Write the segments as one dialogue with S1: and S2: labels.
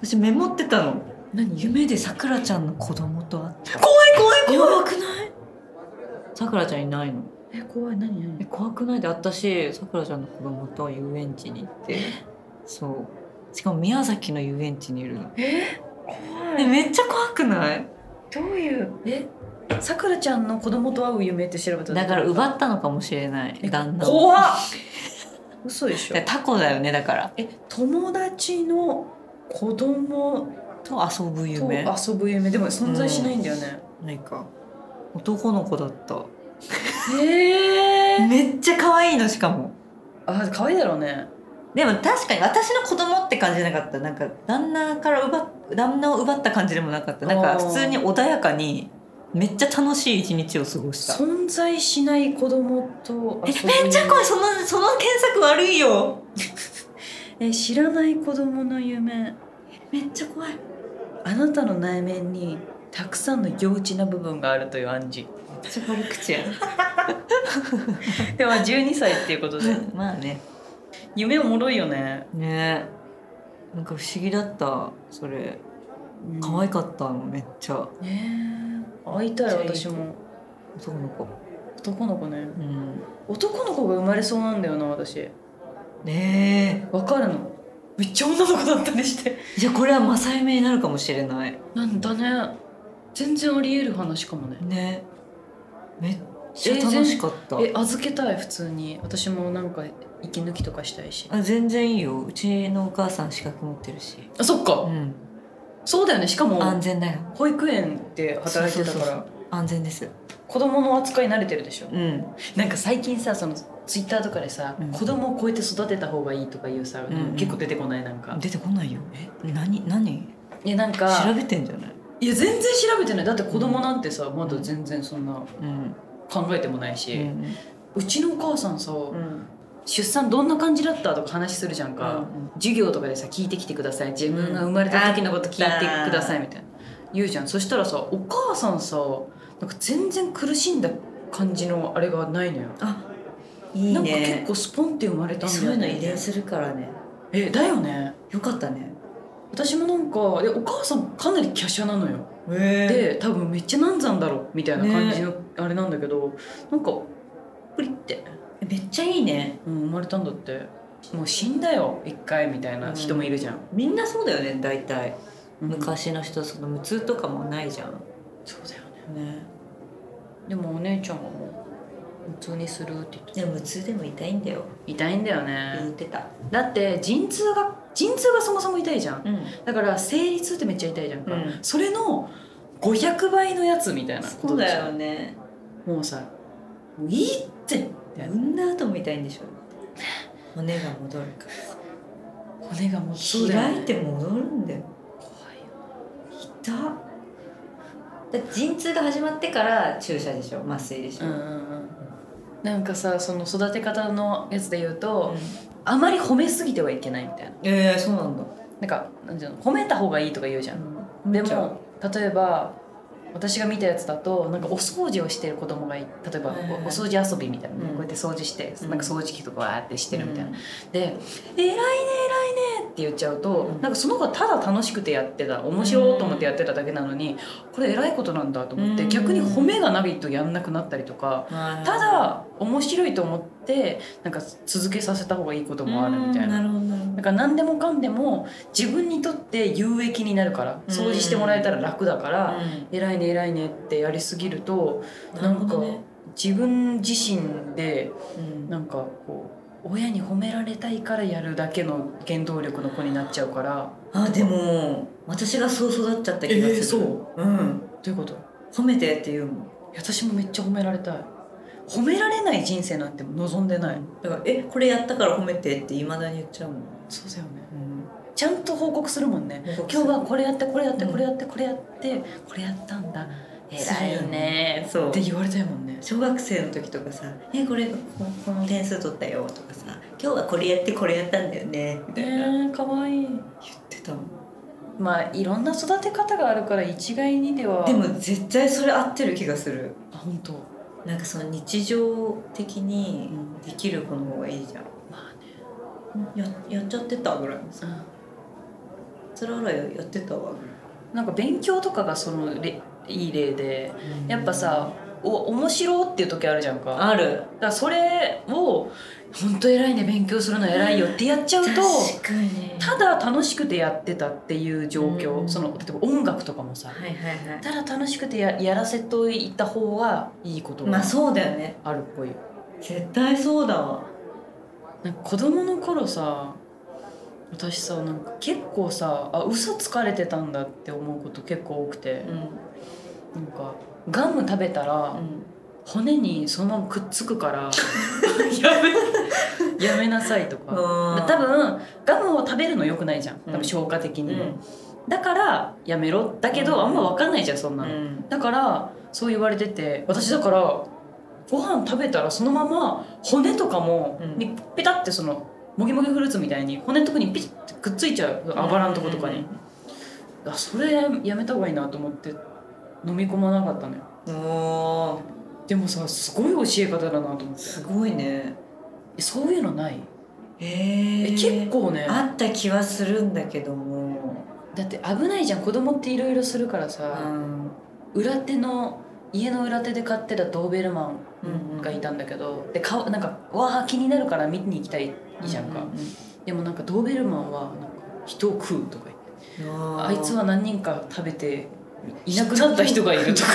S1: 私メモってたの
S2: 何夢でさくらちゃんの子供と会って
S1: 怖い怖い怖い
S2: 怖くないさくらちゃんいないの
S1: え怖い何
S2: え
S1: 何
S2: 怖くないで私さくらちゃんの子供と遊園地に行ってそうしかも宮崎の遊園地にいるの
S1: え怖
S2: え
S1: い
S2: めっちゃ怖くない
S1: どういうえさくらちゃんの子供と会う夢って調べた
S2: だから奪ったのかもしれない旦那を
S1: 怖っ嘘でしょ
S2: でタコだよねだから
S1: え友達の子供
S2: と遊ぶ
S1: と
S2: 夢
S1: 遊ぶ夢でも存在しないんだよね、
S2: ないか男の子だった
S1: へえ
S2: めっちゃ可愛いのしかも
S1: あ可愛いだろうね
S2: でも確かに私の子供って感じじゃなかったなんか旦那から奪っ旦那を奪った感じでもなかったなんか
S1: あー
S2: 普通に穏やかにめっちゃ楽しい一日を過ごした
S1: 存在しない子供と
S2: え
S1: 遊ぶ夢
S2: めっちゃ怖いそのその検索悪いよ
S1: え知らない子供の夢
S2: めっちゃ怖い
S1: あなたの内面にたくさんの幼稚な部分があるという暗示
S2: めっちゃ悪口 や
S1: でも12歳っていうことで
S2: まあね
S1: 夢おもろいよね、
S2: ねえなんか不思議だったそれ
S1: うん、
S2: 可愛かったのめっちゃ
S1: ねえ会いたい私も
S2: 男の子
S1: 男の子ね
S2: うん
S1: 男の子が生まれそうなんだよな私
S2: ね
S1: わかるのめっちゃ女の子だったりして
S2: えじゃあこれは正夢になるかもしれない
S1: なんだね全然ありえる話かもね
S2: ねめっちゃ楽しかった
S1: え預けたい普通に私もなんか息抜きとかしたいし
S2: あ全然いいようちのお母さん資格持ってるし、
S1: あそっ
S2: う
S1: か
S2: ん、
S1: そうだよねしかも
S2: 安全だよ
S1: 保育園で働いてた
S2: そうそ
S1: か
S2: うそ
S1: ら
S2: う安全です
S1: 子供の扱い慣れてるでしょ
S2: うん
S1: なんか最近さそのツイッターとかでさ、
S2: うん
S1: 子供をこうやって育てた方がいいとかいうさ、
S2: うんうん
S1: 結構出てこないなんか
S2: 出てこないよ何何
S1: いやなんか
S2: 調べてんじゃない
S1: いや全然調べてないだって子供なんてさまだ全然そん
S2: う
S1: な
S2: ん
S1: 考えてもないし、
S2: う
S1: うんちのお母さんさ、
S2: うん
S1: 出産どんな感じだったとか話するじゃんか、
S2: うん
S1: 授業とかでさ聞いてきてください自分が生まれた時のこと聞いてくださいみたいな言うじゃんそしたらさお母さんさなんか全然苦しんだ感じのあれがないのよ
S2: あいい
S1: なんか結
S2: ね
S1: 構スポンって生まれたんだよ
S2: そういうの遺伝するからね
S1: えだよね
S2: よかったね
S1: 私もなんかでお母さんかなり華奢なのよ
S2: へ
S1: で多分めっちゃ難産だろみたいな感じのあれなんだけど、なんかプリって、
S2: えめっちゃいいね
S1: うん、生まれたんだってもう死んだよ一回みたいな人もいるじゃん、
S2: みんなそうだよね大体
S1: うん
S2: 昔の人その無痛とかもないじゃん
S1: そうだよね
S2: ね
S1: でもお姉ちゃんはもう普通にするって言って
S2: でも無痛でも痛いんだよ
S1: 痛いんだよ
S2: 言っ
S1: ね、
S2: てた
S1: だって陣痛が陣痛がそもそも痛いじゃん
S2: うん
S1: だから生理痛ってめっちゃ痛いじゃんか、
S2: うん
S1: それの500倍のやつみたいなこ
S2: そ
S1: と
S2: う
S1: でしょ
S2: だよね
S1: もうさもういいってみたいな
S2: 産んだ後も痛いんでしょ骨が戻るから
S1: 骨がもう
S2: 開いて
S1: も
S2: 戻るんだよ
S1: 怖いよ
S2: 痛っだって陣痛が始まってから注射でしょ麻酔でしょ、
S1: うんうんうんなんかさその育て方のやつで言うと、
S2: うん
S1: あまり褒めすぎてはいけないみたいな
S2: ええそうなんだ、
S1: なんかなんていうの褒めた方がいいとか言うじゃん、
S2: うん
S1: で
S2: じゃあ
S1: も例えば私が見たやつだとなんかお掃除をしてる子供がい例えば
S2: はいはいはい
S1: お掃除遊びみたいな、ね
S2: うん
S1: こうやって掃除して、
S2: うん
S1: なんか掃除機とかわーってしてるみたい
S2: う
S1: な、
S2: ん
S1: で「偉いね偉いね」って言っちゃうと、
S2: うん
S1: なんかその子はただ楽しくてやってた面白いと思ってやってただけなのにこれ偉いことなんだと思って、
S2: うん
S1: 逆に褒めがないとやんなくなったりとか。
S2: まあ
S1: ただ面白いと思ってなんか続けさせた方がいいこともあるみたいな
S2: うんなるほどなるほ
S1: なんか何でもかんでも自分にとって有益になるから
S2: うん
S1: 掃除してもらえたら楽だから、
S2: ど
S1: 偉いね偉いねってやりすぎると
S2: うん
S1: なん
S2: なる
S1: か
S2: ほどね
S1: 自分自身で
S2: うん
S1: なんかこう親に褒められたいからやるだけの原動力の子になっちゃうから
S2: あでも私がそう育っちゃった気がする、、
S1: えーそう
S2: ん、
S1: ということい
S2: 褒めてって言うもん
S1: や私もめっちゃ褒められたい褒められない人生なんて望んでない、
S2: だからえこれやったから褒めてっていまだに言っちゃうもん、
S1: そうだよね
S2: うん、
S1: ちゃんと報告するもんね
S2: 報告す
S1: 今
S2: る
S1: 日はこれやってこれやって
S2: うん
S1: これやってこれやってこれやったんだ
S2: そう
S1: 偉いね
S2: そう
S1: って言われたいもんね
S2: 小学生の時とかさ「えこれここの点数取ったよ」とかさ「今日はこれやってこれやったんだよね」みたいな、
S1: ねえかわいい
S2: 言ってたもん
S1: まあいろんな育て方があるから一概にでは
S2: でも絶対それ合ってる気がする
S1: あ本当
S2: なんかその日常的にできる子の方がいいじゃん、
S1: まあね
S2: ややっちゃってたぐらいのさ
S1: うん
S2: 皿洗いやってたわ、
S1: なんか勉強とかがそのれいい例でやっぱさお面白っていう時あるじゃんか
S3: ある
S1: だからそれを「本当偉いね勉強するの偉いよ」ってやっちゃうと
S2: かに
S1: ただ楽しくてやってたっていう状況、
S3: うん
S1: その例えば音楽とかもさ
S2: はいはいは
S1: ただ楽しくてややらせといた方がいいこと
S2: いま
S1: が
S2: あそうだよね
S1: あるっぽい、
S2: 絶対そうだわ
S1: なんか子供の頃さ私さなんか結構さあ嘘つかれてたんだって思うこと結構多くて
S2: う、ん
S1: なんかガム食べたら、骨にそのままくっつくから やめやめなさいとか
S2: うん
S1: 多分ガムを食べるの良くないじゃん多
S2: うん
S1: 分消化的
S2: う
S1: に、
S2: ん
S1: だからやめろだけ
S2: うん
S1: どあんま分かんないじゃんそんなの、だからそう言われてて私だからご飯食べたらそのまま骨とかも
S2: うん
S1: にペタってそのもぎもぎフルーツみたいに骨のとこにピッてくっついちゃうあばらのとことかに、あそれやめた方がいいなと思って飲み込まなかったのよ
S2: うんおー
S1: でもさすごい教え方だなと思って
S2: すごいね
S1: えそういうのない
S2: え
S1: え
S2: ー
S1: 結構ね
S2: あった気はするんだけども
S1: だって危ないじゃん子供っていろいろするから
S2: う
S1: さ、
S2: ん
S1: 裏手の家の裏手で買ってたドーベルマンがいたんだけど、で顔なんかわあ気になるから見に行きたいいいじゃんか、
S2: う
S1: でもなんかドーベルマンはなんか人を食うとか言って
S2: あ
S1: あ
S2: ー
S1: いつは何人か食べていなくなった人がいる とか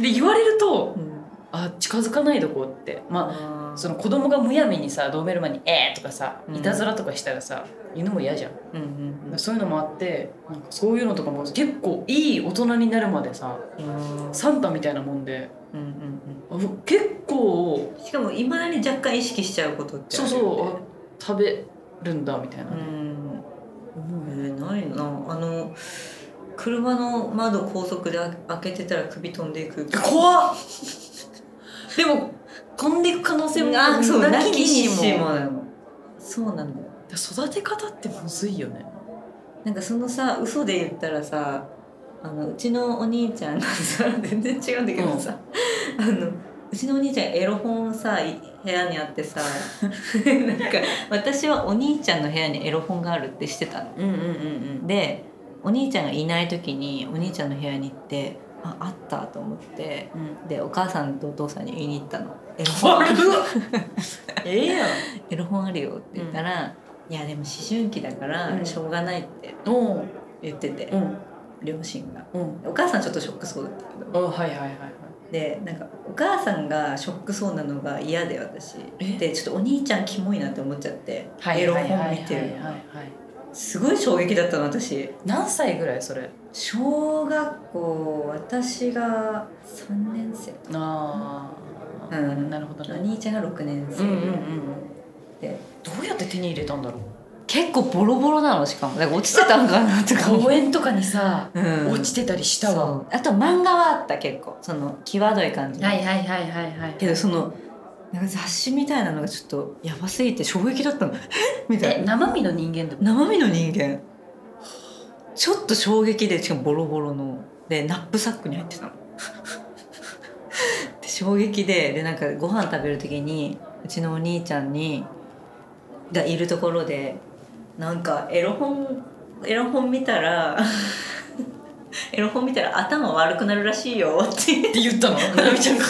S1: で言われると
S2: うん
S1: あ近づかないどこうってまあ
S2: あ
S1: その子供がむやみにさドーベルマンに「えー!」とかさ
S2: うん
S1: いたずらとかしたらさ、犬も嫌じゃん、だか
S2: うんうん
S1: らそういうのもあってなんかそういうのとかも結構いい大人になるまでさ
S2: うん
S1: サンタみたいなもんで
S2: うんうん
S1: あう結構
S2: うんしかもいまだに若干意識しちゃうことってあ
S1: そう
S2: るよね
S1: そうあ食べるんだみたいな、
S2: うん
S1: 思う
S2: え
S1: よね
S2: ーないなあの車の窓高速で開けてたら首飛んでいく
S1: 怖っでも飛んでいく可能性も
S2: あそう
S1: な
S2: 泣
S1: き
S2: きに
S1: にし
S2: し
S1: も
S2: もなのそうなの
S1: 育て方ってむずいよね
S2: なんかそのさ嘘で言ったらさあのうちのお兄ちゃんがさ 全然違うんだけどさ、うあのうちのお兄ちゃんエロ本さい部屋にあってさ なんか私はお兄ちゃんの部屋にエロ本があるってしてたの。
S1: うんうんうん
S2: でお兄ちゃんがいない時にお兄ちゃんの部屋に行ってああったと思って
S1: うんうん
S2: でお母さんとお父さんに言いに行ったのエロ本
S1: 悪っええやん
S2: エロ本あるよって言ったら、いやでも思春期だからしょうがないって
S1: うん
S2: 言ってて、
S1: うん
S2: 両親が
S1: うん
S2: お母さんちょっとショックそうだったけど
S1: あはいはいはいはい
S2: でなんかお母さんがショックそうなのが嫌で私
S1: え
S2: でちょっとお兄ちゃんキモいなって思っちゃって、
S1: はい
S2: エロ
S1: はいはい
S2: 本
S1: はい
S2: 見てる
S1: はいはい
S2: すごい衝撃だったの私
S1: 何歳ぐらいそれ
S2: 小学校私が3年生
S1: ああ、
S2: うん
S1: なるほど
S2: お
S1: ね
S2: 兄ちゃんが6年生で、
S1: うんうんうんどうやって手に入れたんだろう
S3: 結構ボロボロなのしかもなんか落ちてたんかなとか思う
S1: 公園とかにさ
S2: うん
S1: 落ちてたりしたわ、
S2: そうあと漫画はあった結構その際どい感じの
S1: いはいはいはいはい
S2: けどそのなんか雑誌みたいなのがちょっとやばすぎて衝撃だったの えみたい
S1: え
S2: な
S1: 生身の人間でも
S2: 生身の人間ちょっと衝撃でしかもボロボロのでナップサックに入ってたの で衝撃ででなんかご飯食べる時にうちのお兄ちゃんにがいるところでなんかエロ本エロ本見たら エロ本見たら頭悪くなるらしいよって
S1: って言ったのなみちゃんが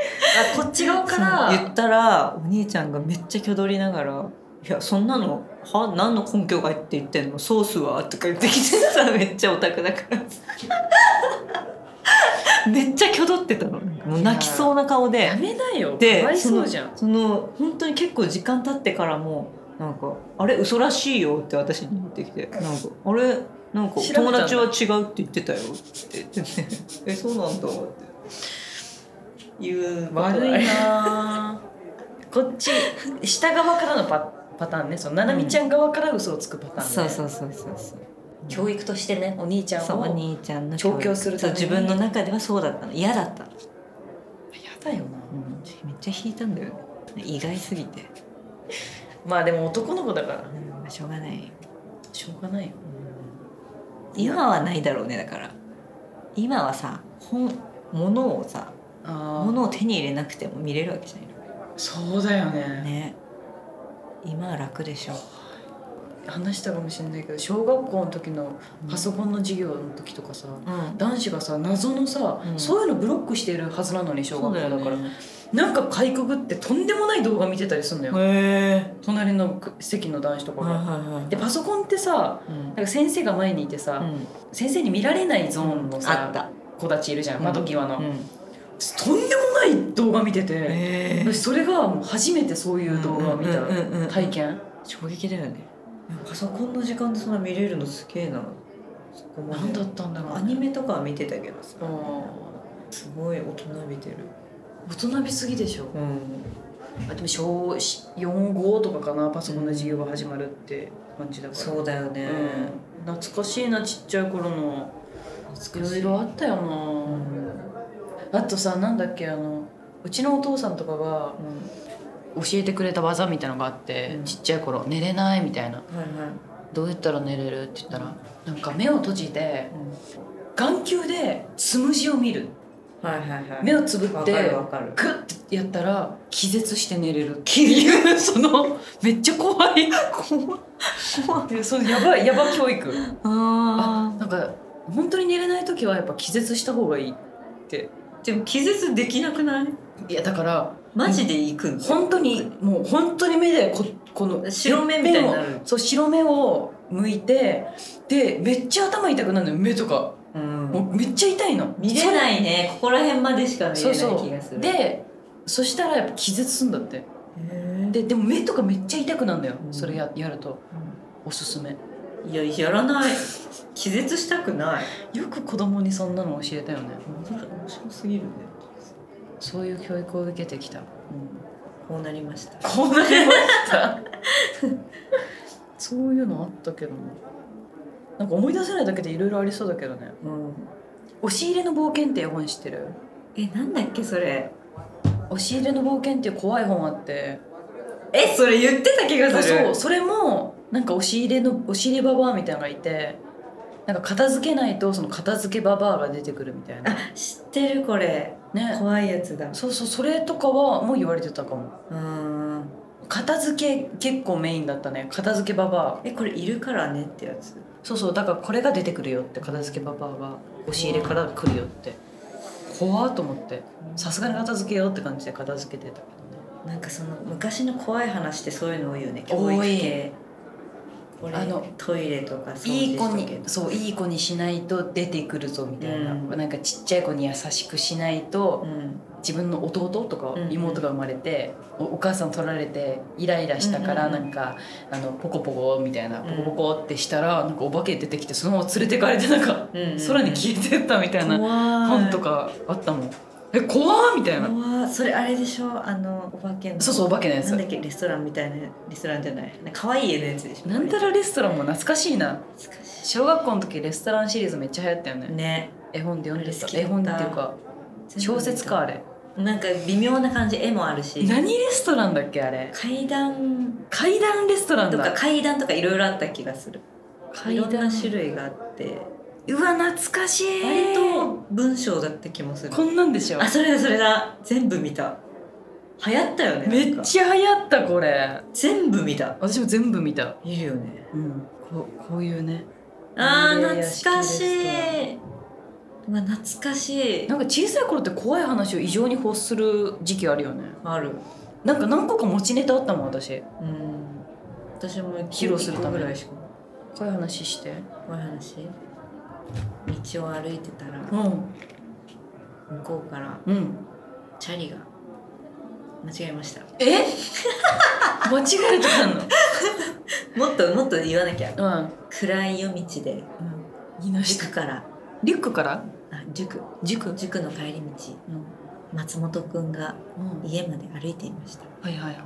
S1: あこっち側から
S2: そう言ったらお兄ちゃんがめっちゃきょどりながら「いやそんなのは何の根拠があって言ってんのソースは?」とか言ってきてさ めっちゃオタクだから さめっちゃきょどってたのもう泣きそうな顔で
S1: やめなよ
S2: で
S1: かわいそうじゃん
S2: そのその本当に結構時間経ってからもなんか「あれ嘘らしいよ」って私に言ってきて「なんかあれなんか
S1: 調べたん
S2: 友
S1: だ
S2: 達は違うって言ってたよ」って言って て「えそうなんだ」っていう
S1: 悪い
S2: な
S1: なぁこっち下側からのパパターンねそのななみちゃん側から嘘をつくパターン、ね
S2: そうそうそうそうそう
S1: 教育としてねお兄ちゃん
S2: そうお
S1: をや
S2: 兄ちゃんの
S1: 調教するために
S2: そう自分の中ではそうだったの嫌だったの、
S1: だよな
S2: うん、めっちゃ引いたんだよね意外すぎて、
S1: まあでも男の子だから
S2: うん、しょうがない
S1: しょうがないよ
S2: 今はないだろうねだから今はさ本物をさ
S1: あ
S2: 物を手に入れなくても見れるわけじゃない
S1: そうだよね
S2: のね今は楽でしょ
S1: 話したかもしれないけど小学校の時のパソコンの授業の時とかさ
S3: うん
S1: 男子がさ謎のさ、
S3: うん
S1: そういうのブロックしてるはずなのに小
S3: そう
S1: 学校
S3: だ
S1: だ
S3: よ
S1: から
S3: ね
S1: なんかかいくぐってとんでもない動画見てたりするのよ、
S3: へ
S1: 隣の席の男子と
S3: え
S1: か
S3: はい
S1: が。
S3: はいはい
S1: でパソコンってさ
S3: うん
S1: なんか先生が前にいてさ、先生に見られないゾーンの
S3: あ
S1: さ、
S3: った
S1: 子たちいるじゃん
S3: うん
S1: 窓際の、
S3: うん
S1: とんでもない動画見てて、
S3: へ
S1: 私それがもう初めてそういう動画を見た
S3: うんうんうんうん
S1: 体験
S3: 衝撃だよね
S2: パソコンの時間でそんな見れるのすげえなそこまで
S1: 何だったんだろう
S2: アニメとかは見てたけどさ
S1: あー
S2: すごい大人びてる
S1: 大人びすぎでしょ
S2: うん
S1: あでも小45とかかなパソコンの授業が始まるって感じだから
S2: そうだよね、
S1: うん、懐かしいなちっちゃい頃のい
S2: 懐か
S1: ろ
S2: し
S1: い
S2: い
S1: ろあったよな、
S2: うん
S1: あとさなんだっけあのうちのお父さんとかが
S2: う
S1: 教えてくれた技みたいのがあって、
S2: うん
S1: ちっちゃい頃寝れないみたいなん
S2: はいはい
S1: どうやったら寝れるって言ったらなんか目を閉じて
S2: うん
S1: 眼球でつむじを見る
S2: はいはいはい
S1: 目をつぶっ
S2: わ
S1: て
S2: かるわかる
S1: グッてやったら気絶して寝れるっていうそのめっちゃ怖い怖いそうやばいやば教育あ
S3: あ
S1: なんか本当に寝れない時はやっぱ気絶した方がいいって
S2: でも気絶できなくない
S1: いやだから
S2: マジで行くの
S1: 本当にもう本当に目でここの
S2: 白目みたいになる
S1: 目をそう白目を向いてでめっちゃ頭痛くなるのよ目とか
S2: うん
S1: もうめっちゃ痛いの
S2: 見れないねここら辺までしか見れ
S1: そ
S2: な
S1: う
S2: い
S1: そ
S2: 気がす
S1: う
S2: る
S1: でそしたらやっぱ気絶すんだってででも目とかめっちゃ痛くなるんだよ、
S2: うん
S1: それややるとおすすめ
S2: いややらない気絶したくない
S1: よく子供にそんなの教えたよね
S2: 面白すぎるね、
S1: そういう教育を受けてきた
S2: こうなりました
S1: こうなりました そういうのあったけどねなんか思い出せないだけでいろいろありそうだけどね
S2: うん
S1: 「押し入れの冒険」っていう本知ってる
S2: えなんだっけそれ
S1: 押し入れの冒険っていう怖い本あって
S2: えそれ言ってた気が
S1: あ
S2: す
S1: そ
S2: る
S1: うそれもなんか押し入れの押し入れババアみたいなのがいてなんか片付けないとその片付けババアが出てくるみたいな
S2: 知ってるこれ
S1: ね
S2: 怖いやつだ
S1: そうそうそれとかはもう言われてたかも
S2: うん
S1: 片付け結構メインだったね片付けババア
S2: えこれいるからねってやつ
S1: そうそうだからこれが出てくるよって片付けババアが押し入れから来るよって怖っと思ってさすがに片付けようって感じで片付けてたけどね
S2: なんかその昔の怖い話ってそういうの多いよね
S1: 多
S2: 教
S1: い
S2: 育系これ
S1: あの
S2: トイレとか掃除
S1: いい子
S2: しとけ
S1: に
S2: とか
S1: そういい子にしないと出てくるぞみたいな、
S2: うん
S1: なんかちっちゃい子に優しくしないと
S2: うん
S1: 自分の弟とか
S2: うん
S1: 妹が生まれて、おお母さん取られてイライラしたか
S2: う
S1: ら
S2: んうん
S1: な
S2: うん
S1: んか、あのポコポコみたいな
S2: うん
S1: ポコポコってしたら、なんかお化け出てきてそのまま連れてかれてなんか
S2: うんうん
S1: 空に消えてったみたいな
S2: 怖い
S1: 本とかあったもんえ怖っみたいな
S2: 怖いそれあれでしょあのお化けの
S1: そうそうお化けのやつ
S2: なんだっけレストランみたいなレストランじゃないなんか可愛い絵のやつでしょ
S1: なんだ
S2: ろ
S1: らレストランも懐かしいな
S2: 懐かし
S1: 小学校の時レストランシリーズめっちゃ流行ったよね
S2: いね
S1: 絵本で読んでた
S2: あれ好きだ
S1: 絵
S2: った
S1: 本っていうか小説かあれ
S2: なんか微妙な感じ絵もあるし
S1: 何レストランだっけあれ
S2: 階段
S1: 階段レストラン
S2: とか
S1: だ
S2: 階段とかいろいろあった気がするい
S1: 階
S2: ろんな
S1: 段
S2: 種類があって
S1: うわ懐かしい
S2: 割と文章だった気もする
S1: こんなんでしょ
S2: あそれだそれだ全部見た流行ったよね
S1: め
S2: なん
S1: っ
S2: か
S1: ちゃ流行ったこれ
S2: 全部見た
S1: 私も全部見た、
S2: いるよね
S1: うん、こうこういうね
S2: あ
S1: 幽
S2: ー
S1: 霊屋敷
S2: 懐かし
S1: レス
S2: いうわ懐かしい
S1: なんか小さい頃って怖い話を異常に欲する時期あるよね
S2: ある
S1: なんか何個か持ちネタあったもん私
S2: うん私も
S1: 披露するた
S2: 一個ぐ
S1: め
S2: らいしか
S1: 怖い話して
S2: こういう話道を歩いてたら
S1: うん
S2: 向こうから
S1: うん
S2: チャリが間違えました
S1: え間違えてたの
S2: もっともっと言わなきゃ
S1: うん
S2: 暗い夜道で
S1: 言いな
S2: 塾から
S1: リュックから
S2: あ塾
S1: 塾
S2: 塾の帰り道
S1: うん、
S2: 松本くんが
S1: うん、
S2: 家まで歩いていました
S1: はいはいはい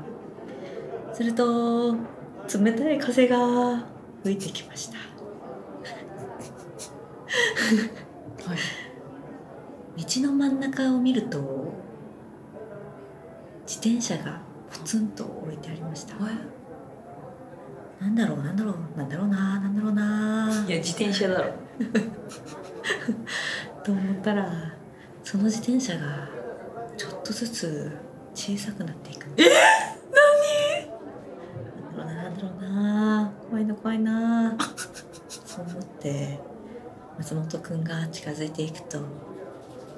S2: すると冷たい風が吹いてきました
S1: はい
S2: 道の真ん中を見ると自転車がポツンと置いてありましたなんだろうなんだろうなんだろうななんだろうない
S1: や自転車だろ
S2: と思ったらその自転車がちょっとずつ小さくなっていくえ何なんだろうななんだろうな怖いいの怖いなあそう思って松本くんが近づいていくと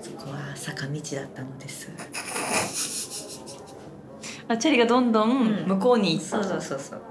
S2: そこは坂道だったのです
S3: あチェリがどんどん向こうに行っ
S2: そうそうそうそう